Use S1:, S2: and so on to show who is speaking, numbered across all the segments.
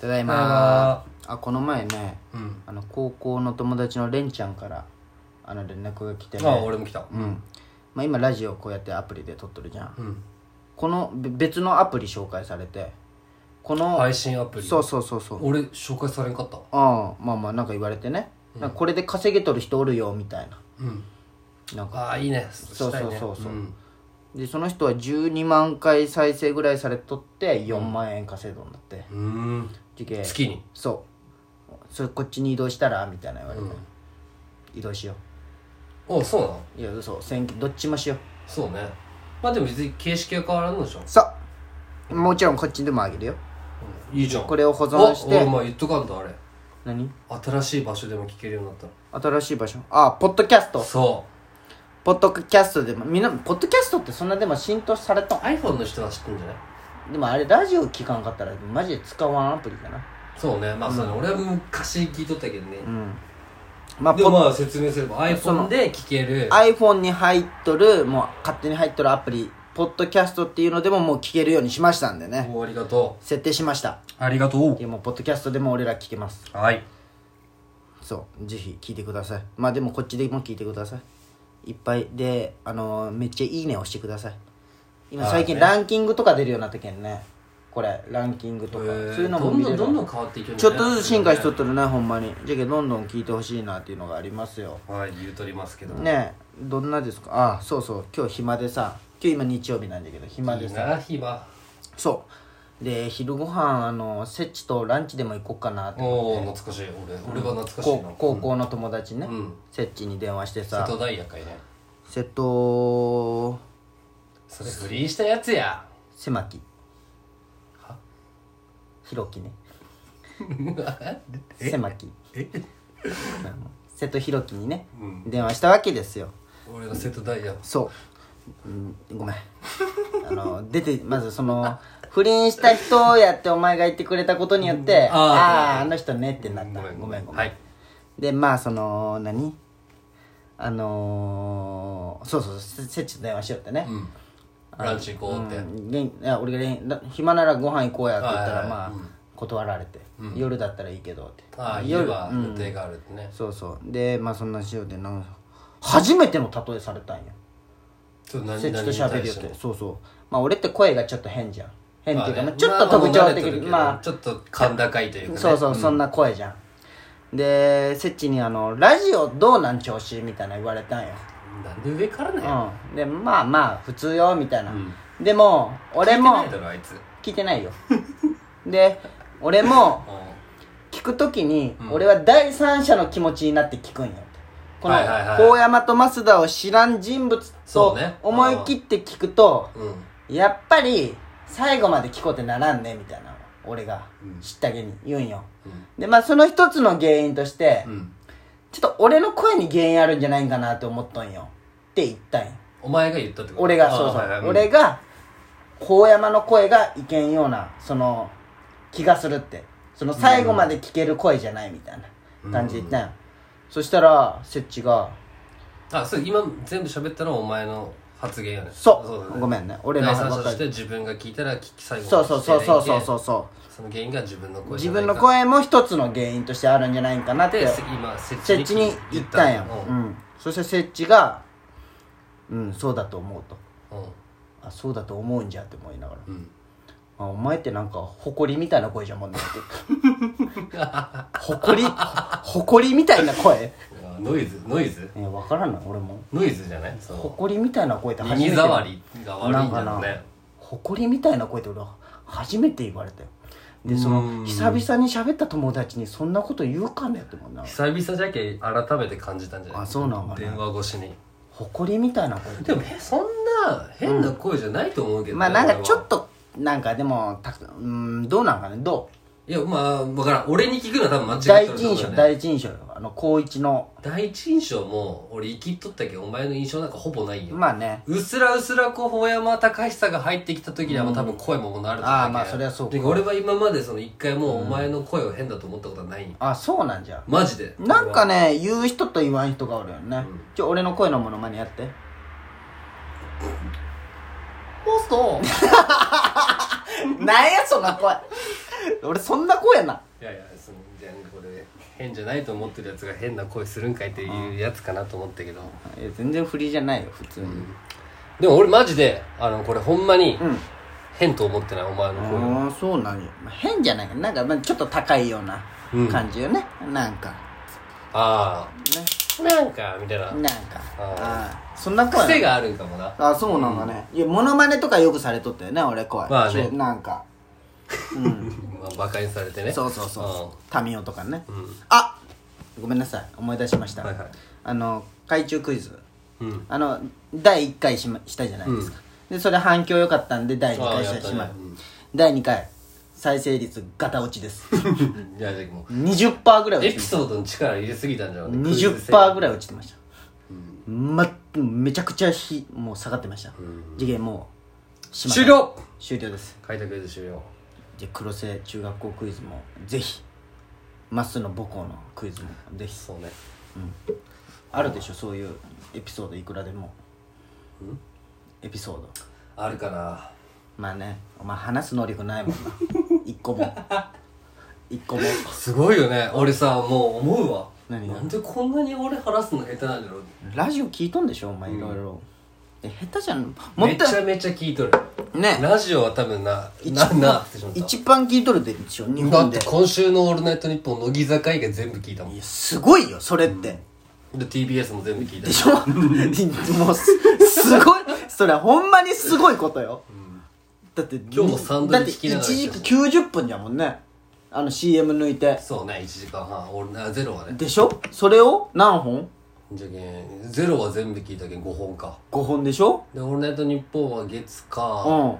S1: ただいま
S2: ただいま
S1: あこの前ね
S2: うん
S1: あの高校の友達のれんちゃんからあの連絡が来てね
S2: あ俺も来た
S1: うんまあ、今ラジオこうやってアプリで撮ってるじゃん
S2: うん
S1: このべ別のアプリ紹介されてこの、
S2: 配信アプリ
S1: そうそうそうそう
S2: 俺紹介されんかった
S1: ああまあまあなんか言われてね、なんかこれで稼げとる人おるよみたいな
S2: うん
S1: なんか
S2: ああいいね
S1: そう
S2: したいね
S1: そうそうそうんでその人は12万回再生ぐらいされとって4万円稼いどんだって、
S2: うーん
S1: 時計
S2: 月に
S1: そうそれこっちに移動したらみたいな言われて、
S2: うん
S1: 移動しよ
S2: おそうなの
S1: ういや嘘千どっちもしよう
S2: そうねまあでも別に形式は変わらんのでしょ
S1: そうもちろんこっちでもあげるよ
S2: いいじゃん
S1: これを保存して
S2: おお前言っとかんとあれ
S1: 何
S2: 新しい場所でも聞けるようになったら
S1: 新しい場所あポッドキャスト
S2: そ
S1: ポッドキャストでもみんなポッドキャストってそんなでも浸透された
S2: う iPhone の人は知ってんじゃない
S1: んでもあれラジオ聞かんかったらマジで使わんアプリかな
S2: そうねまあそうね俺は昔聞いとったけどね
S1: うんまあ
S2: でも
S1: ポ
S2: まあ説明すれば
S1: その
S2: iPhone で聞ける
S1: iPhone に入っとるもう勝手に入っとるアプリポッドキャストっていうのでももう聞けるようにしましたんでね
S2: おありがと
S1: 設定しました
S2: うありがとう
S1: でもうポッドキャストでも俺ら聞けます
S2: はい
S1: そうぜひ聞いてくださいまあでもこっちでも聞いてくださいいっぱいであのーめっちゃいいね押してください今最近ランキングとか出るようになったけんねこれランキングとかそういうのも見れ
S2: どんどん
S1: る
S2: どんどん変わっていくよね
S1: ちょっとずつ進化しとっとるねほんまにじゃけどんどん聞いてほしいなっていうのがありますよ
S2: はい言うとりますけど
S1: ねえどんなですかあそうそう今日暇でさ今日今日曜日なんだけど暇
S2: い
S1: で
S2: い
S1: さ
S2: な暇
S1: そうで昼ご飯あのセッチとランチでも行こっかなって
S2: おお懐かしい俺俺は懐かしいな
S1: こう高校の友達ね、
S2: うん
S1: セッチに電話して
S2: 瀬
S1: さ
S2: 戸大也かいね
S1: 瀬戸
S2: それ不倫したやつや
S1: 狭き
S2: は
S1: 広きね狭き瀬戸広きにね、
S2: うん
S1: 電話したわけですよ
S2: 俺の瀬戸大也
S1: そう、うん、ご めんあの出てまずその不倫した人やってお前が言ってくれたことによって、
S2: うん
S1: あ
S2: あ
S1: ああの人ねってなった、ごめんごめん
S2: はい
S1: でまあその何あのー、そうそうせせっちと電話しよってね、
S2: うんランチ行こうって
S1: うんでいや俺が連ら暇ならご飯行こうやって言った
S2: はいは
S1: ら
S2: い
S1: まあ
S2: うん
S1: 断られて、夜だったらいいけどって
S2: ああ
S1: 夜
S2: 夜は予定があるってね
S1: そうそうでまあそんなしようでなんか初めての例えされたんや
S2: ちょっと
S1: 設
S2: 何
S1: 置
S2: 々
S1: と
S2: に
S1: 喋る
S2: 対
S1: よ
S2: し
S1: ってて
S2: も
S1: そうそうまあ俺って声がちょっと変じゃん変っていうか、
S2: まあ
S1: ま
S2: ね
S1: あ、ちょっと特
S2: まあ
S1: 徴
S2: まあ
S1: 的
S2: 慣れてるけ
S1: に
S2: ど
S1: まあ
S2: ちょっと甲高いというかね
S1: そうそう、そんな声じゃんでせっちにあの「ラジオどうなん調子?」みたいな言われたんよ、
S2: なんで上からね
S1: うん、でまあまあ普通よみたいな、
S2: うん
S1: でも俺も
S2: 聞いてないだろあいつ
S1: 聞いてないよで俺も聞くときに、俺は第三者の気持ちになって聞くんよこの
S2: はいはいはい
S1: 高山と増田を知らん人物
S2: そう
S1: と
S2: ね
S1: 思い切って聞くと、
S2: うん
S1: やっぱり最後まで聞こうってならんねみたいなの俺が
S2: うん
S1: 知ったげに言うんよ、
S2: うん
S1: でまあその一つの原因として、
S2: うん
S1: ちょっと俺の声に原因あるんじゃないんかなって思っとんよって言ったんよ
S2: お前が言ったってこと
S1: 俺が
S2: ああ
S1: そうそう、
S2: はいはい
S1: 俺が高山の声がいけんようなその気がするってその最後まで聞ける声じゃないみたいな感じで言ったんよ、そしたら設置が
S2: あそう今全部喋ったのはお前の発言よね
S1: 「そう
S2: だね
S1: ごめんね俺
S2: 第
S1: の
S2: 三者
S1: ばっ
S2: と
S1: か
S2: して
S1: り
S2: 自分が聞いたら聞き最後
S1: そうそうそうそうそうそううそ
S2: その原因が自分の
S1: う
S2: 声じ
S1: 自
S2: ゃない
S1: 分
S2: か
S1: の声も一つの原因としてあるんじゃないんかなって
S2: で今設
S1: 設
S2: 置
S1: 置に行ったんやう
S2: うん
S1: んそして設置が「うんそうだと思う」と「あそうだと思うんじゃ」って思いながら
S2: うんうん
S1: あお前ってなんか誇りみたいな声じゃもんねって 誇り誇りみたいな声
S2: あノイズノイズ
S1: え分からんない俺も
S2: ノイズじゃないその
S1: 誇りみたいな声って初め
S2: 耳
S1: て
S2: 障りが悪いんだろう
S1: なんか
S2: ね
S1: 誇りみたいな声って俺は初めて言われたよでそう
S2: ー
S1: の
S2: ん
S1: 久々に喋った友達にそんなこと言うかねってもんな
S2: 久々じゃけ改めて感じたんじゃない
S1: あそうなんかね
S2: 電話越しに
S1: 誇りみたいな声って
S2: でもへそんな変な声じゃないと思うけど ね
S1: まあなんか
S2: 俺は
S1: ちょっとなんかでもたうんどうなんかねど
S2: いやまあ分からん俺に聞くのは多分間
S1: う
S2: 違
S1: 第
S2: って
S1: 一印
S2: ると思うよ
S1: 象
S2: ね
S1: 第一印象よあの高一の
S2: 第一印象も俺生きっとったけどお前の印象なんかほぼないよ、
S1: まあね
S2: うっすらうっすらこう大山隆久が入ってきた時にはもう多分声ももう慣れてたけど
S1: ああまあそりゃそうか
S2: で俺は今までその一回もうお前の声を変だと思ったことはないんよ
S1: あそうなんじゃ
S2: マジで
S1: なんかね言う人と言わん人がおるよね、
S2: うん
S1: ちょ俺の声のものまねやって
S2: ポス ト
S1: なんやそんな声俺そんな声やない
S2: やいやそのじゃあこれ変じゃないと思ってるやつが変な声するんかいっていうやつかなと思ったけど、
S1: いや全然振りじゃないよ普通に
S2: でも俺マジであのこれほんまに
S1: ん
S2: 変と思ってないお前の声
S1: ああそうなんやまあ変じゃないなんかまあちょっと高いような
S2: うん
S1: 感じよね、なんか
S2: あ
S1: ね
S2: あなんかみたいな
S1: なんか
S2: あー
S1: ああそんな声
S2: 癖があるんかもな
S1: あそうなんだね、いやモノマネとかよくされとったよね俺声、
S2: まあね
S1: そうなんかうん
S2: まあ、バカにされてね
S1: そうそうそうタミオとかね、
S2: ん
S1: あごめんなさい思い出しました、
S2: はいはい
S1: あの海中クイズ
S2: うんうん
S1: あの第1回し,、ま、したじゃないですか、でそれ反響良かったんで第2回し
S2: あーや
S1: た
S2: った
S1: し
S2: ね
S1: まう
S2: うん
S1: 第2回再生率ガタ落ちです
S2: いやじゃあもう
S1: 20%ぐらい
S2: エ
S1: 落
S2: ピ
S1: ちて
S2: ソードの力入れすぎたん じゃん
S1: 20%ぐらい落ちてました、ま、めちゃくちゃひもう下がってました、次元もうしません
S2: 終了
S1: 終了です
S2: 開拓クイズ終了
S1: じゃあ黒瀬中学校クイズもぜひまっすーの母校のクイズもぜひ
S2: そうね
S1: あるでしょそういうエピソードいくらでもエピソード
S2: あるかな
S1: まあねお前話す能力 ないもんな一個も一個も
S2: すごいよね俺さもう思うわ
S1: 何が
S2: なんでこんなに俺話すの下手なんだろう
S1: ラジオ聞いとんでしょお前いろいろえ下手じゃんも
S2: め
S1: っ
S2: ちゃ
S1: と
S2: めちゃ聞いとる
S1: ね
S2: ラジオは多分な
S1: 一
S2: ななってしまった
S1: 一番聞いとるでしょ日
S2: だ
S1: 本
S2: っ
S1: で
S2: て今週の「オールナイトニッポン」乃木坂以外全部聞いたもん
S1: い
S2: で
S1: やすごいよそれって、
S2: TBS も全部聞いた
S1: でしょもうすすごいそれほんまにすごいことよ、だって
S2: 今日もサンドイッチ聞きな
S1: だ
S2: が
S1: っ
S2: ら
S1: て一時期90分じゃもんねあの CM 抜いて
S2: そうね1時間半俺なゼロはね
S1: でしょそれを何本
S2: じゃけんゼロは全部聞いたけん5本か
S1: ?5 本でしょ
S2: で「オールナイトニッポン」は月
S1: う
S2: か
S1: ん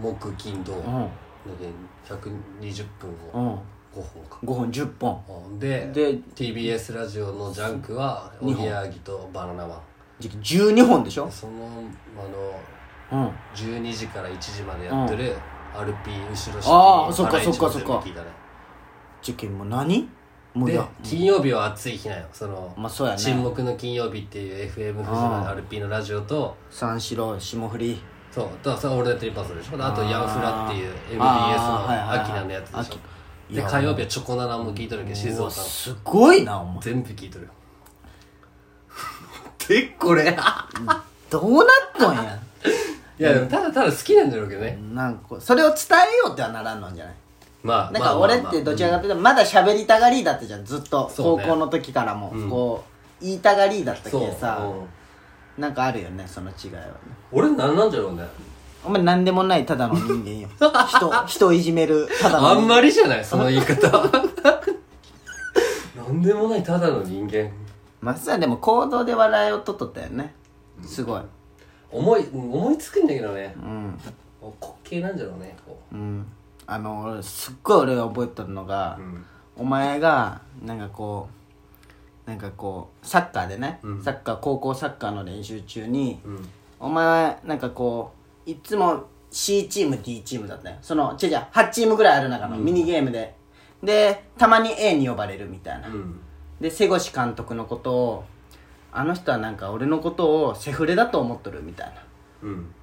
S2: 木金土だ
S1: うん
S2: けん120分
S1: う
S2: を
S1: ん
S2: 5本か
S1: 5本10本
S2: うんで
S1: で
S2: TBS ラジオの「ジャンク」はお
S1: 二本
S2: ぎやはぎとバナナマ
S1: じゃ12本でしょ
S2: ンそのあ
S1: う
S2: の
S1: ん
S2: 12時から1時までやってる、アルピー後ろ式
S1: あーそっかそっか
S2: ハライチも全部聞いたね
S1: 受験もう何もう
S2: で
S1: や
S2: 金曜日は暑い日なんよその、
S1: まあそうやね
S2: 沈黙の金曜日っていう FM 富士
S1: あ
S2: の
S1: ー
S2: アルピーのラジオと
S1: 三四郎霜降り
S2: そうとそれ俺だってリパーソルでしょあと
S1: あー
S2: ヤンフラっていう MBS の
S1: あーはいはいはい
S2: アキナのやつでしょ
S1: 秋
S2: で
S1: いや
S2: 火曜日はチョコナナも聞いとるけど静
S1: もう
S2: 岡さん
S1: すごいなお前
S2: 全部聞いとるよでこれ
S1: どうなっとんや
S2: いやでもただただ好きなんだろうけどね、
S1: なんかこうそれを伝えようってはならんのんじゃない
S2: まあ
S1: なん
S2: まあ
S1: か
S2: まあま
S1: 俺
S2: あ
S1: ってどちらかというとまだ喋りたがりだったじゃんずっと
S2: そう
S1: 高
S2: ね
S1: 校の時からも
S2: うん
S1: こう言いたがりだったけ
S2: そう
S1: どさ
S2: うん
S1: なんかあるよねその違いはね
S2: 俺なんなんじゃろうね
S1: お前何でもないただの人 間よ人人をいじめるただの
S2: あ
S1: 人
S2: ん
S1: 間
S2: まりじゃないその言い方 なんでもないただの人間
S1: まさでも行動で笑いを取っとったよねすごい
S2: 思い思いつくんだけどね
S1: うん
S2: 滑稽なんじゃろうねこ
S1: うんあの俺すっごい俺が覚えてるのが、
S2: ううん
S1: お前がなんかこうなんかこうサッカーでね、
S2: うん
S1: サッカー高校サッカーの練習中に、
S2: うん
S1: お前なんかこういつも C チーム D チームだったよその違う違う8チームぐらいある中のミニゲームで、でたまに A に呼ばれるみたいな、
S2: うん
S1: で瀬越監督のことをあの人はなんか俺のことをセフレだと思っとるみたいな
S2: うん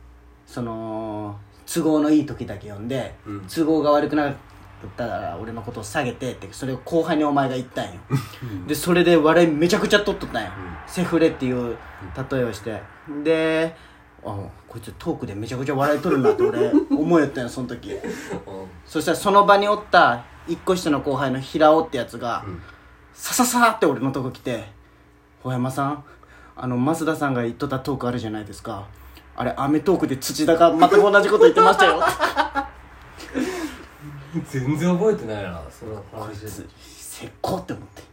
S1: その都合のいい時だけ呼んで、
S2: うん
S1: 都合が悪くなかったら俺のことを下げてってそれを後輩にお前が言ったんよでそれで笑いめちゃくちゃ取っとったんよ、セフレっていう例えをしてであこいつトークでめちゃくちゃ笑い取るなって俺思いよったんよその時そしたらその場におった一個下の後輩の平尾ってやつが、さささーって俺のとこ来て「小山さんあの増田さんが言っとったトークあるじゃないですかあれ『アメトーク』で土田が全く同じこと言ってましたよ」
S2: 全然覚えてないなその話
S1: せっこって思って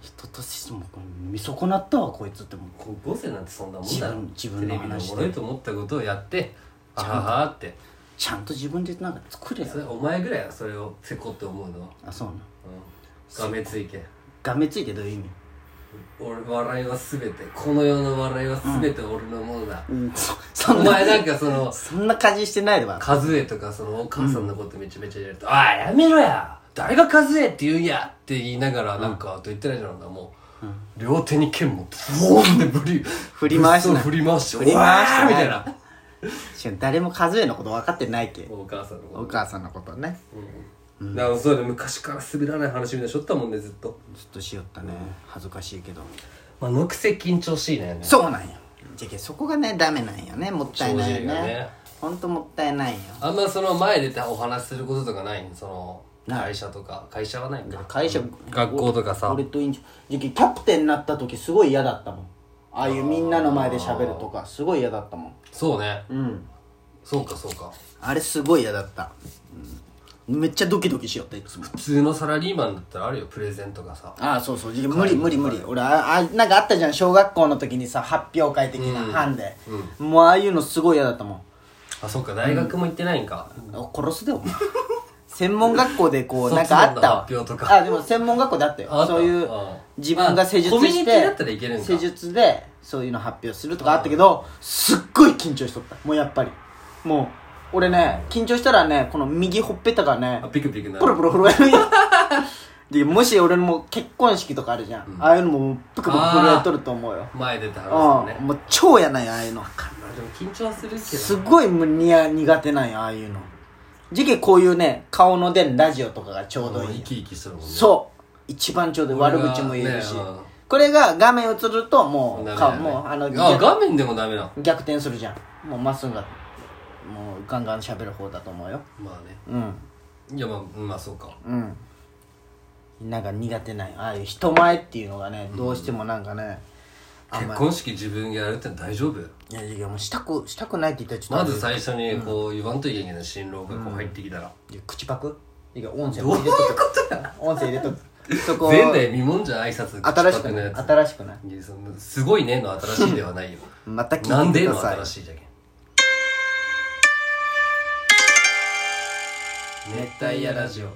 S1: 人としてもう見損なったわこいつって思って
S2: 高校生なんてそんなもんだろ
S1: 自分自分の話で
S2: テレビのおもろいと思ったことをやってあははって
S1: ちゃんと自分でなんか作れや
S2: それお前ぐらいはそれをせこって思うのは
S1: あそうな
S2: うんがめついけ
S1: がめついてどういう意味
S2: 俺笑いは全てこの世の笑いは全て俺のものだ、
S1: うん そそ
S2: お
S1: んな
S2: 前なんかその
S1: そんな感じしてないでわ
S2: 和江とかそのお母さんのことめちゃめちゃ言われて「ああやめろや誰が和江って言うんや!」って言いながらなんかと言ってないじゃんなもう、両手に剣持ってボーンって振り
S1: 振り回してない
S2: ぶっそう振り回して
S1: 振り回してない
S2: おーみたいな
S1: しかも誰も数えのこと分かってないけ
S2: お母さんのこと
S1: お母さんのことね
S2: だからそうだね昔から滑らない話みたいなしょったもんねずっと
S1: ずっとしよったね恥ずかしいけど
S2: まあのくせ緊張しいね
S1: そうなんよじゃけそこがねダメなんよねもったいないよ
S2: 正直
S1: ね
S2: だね
S1: ほんともったいないよ
S2: あんまその前出てお話しすることとかないのその
S1: ない
S2: 会社とか会社はないんだ
S1: 会社
S2: 学校とかさ
S1: 俺といいんじゃじゃけキャプテンになった時すごい嫌だったもんああいうみんなの前で喋るとかすごい嫌だったもん
S2: そうね
S1: うん
S2: そうかそうか
S1: あれすごい嫌だった、うんめっちゃドキドキしよったいつも
S2: 普通のサラリーマンだったらあるよプレゼントがさ
S1: ああそうそうじゃ無理無理無理俺ああなんかあったじゃん小学校の時にさ発表会的な班で、もうああいうのすごい嫌だったもん
S2: あそっか大学も行ってないんか
S1: あ殺すでお前 専門学校でこうな
S2: 卒
S1: んかあっ
S2: 論の
S1: たわ
S2: 発表とか
S1: あでも専門学校であったよ
S2: ああった
S1: そういう
S2: ああ
S1: 自分が施術して
S2: あコミュニティだったらいけるんか
S1: 施術でそういうの発表するとかあったけどすっごい緊張しとったもうやっぱりもう俺ね緊張したらねこの右ほっぺたがね
S2: あピクピクな
S1: プロプロ震えるんよ でもし俺も結婚式とかあるじゃん、ああいうのもプクプク震えとると思うよ
S2: 前出て話す
S1: う
S2: ね
S1: んもう超やなんよああいうの
S2: まあでも緊張はするけど
S1: すごいもうにや苦手なんよああいうの時期こういうね顔の出んラジオとかがちょうど
S2: もう
S1: いい
S2: 生き生きしてるもんね
S1: そう一番ちょうどいい
S2: 俺
S1: 悪
S2: が
S1: 口も言えるし、
S2: ねうん
S1: これが画面映るともう
S2: ダ
S1: 顔
S2: メだね
S1: もうあの
S2: あ画面でもダメな
S1: 逆転するじゃんもうまっすぐがもうガンガン喋る方だと思うよ
S2: まあね
S1: うん
S2: いやまあまあそうか
S1: うんなんか苦手なんよああいう人前っていうのがねどうしてもなんかね、あん
S2: 結
S1: ま
S2: 婚式自分がやるって大丈夫
S1: いやいやもうしたくしたくないって言ったらちょっと
S2: まず最初にこう言わんといけないな新郎がこう入ってきたら
S1: いや口パクいや音声
S2: どう
S1: も
S2: いう
S1: 入
S2: こ
S1: れとく
S2: とや
S1: 音声入れと くそこ
S2: 前代未聞じゃん挨拶
S1: 新し
S2: 口パ
S1: く
S2: クの
S1: な
S2: や
S1: い
S2: つ
S1: 新しくない
S2: いやそのすごいねの新しいでは ないよ
S1: また聞
S2: なん
S1: いて
S2: で
S1: くだ
S2: の
S1: さい
S2: 新しいじゃけん 熱帯夜ラジオ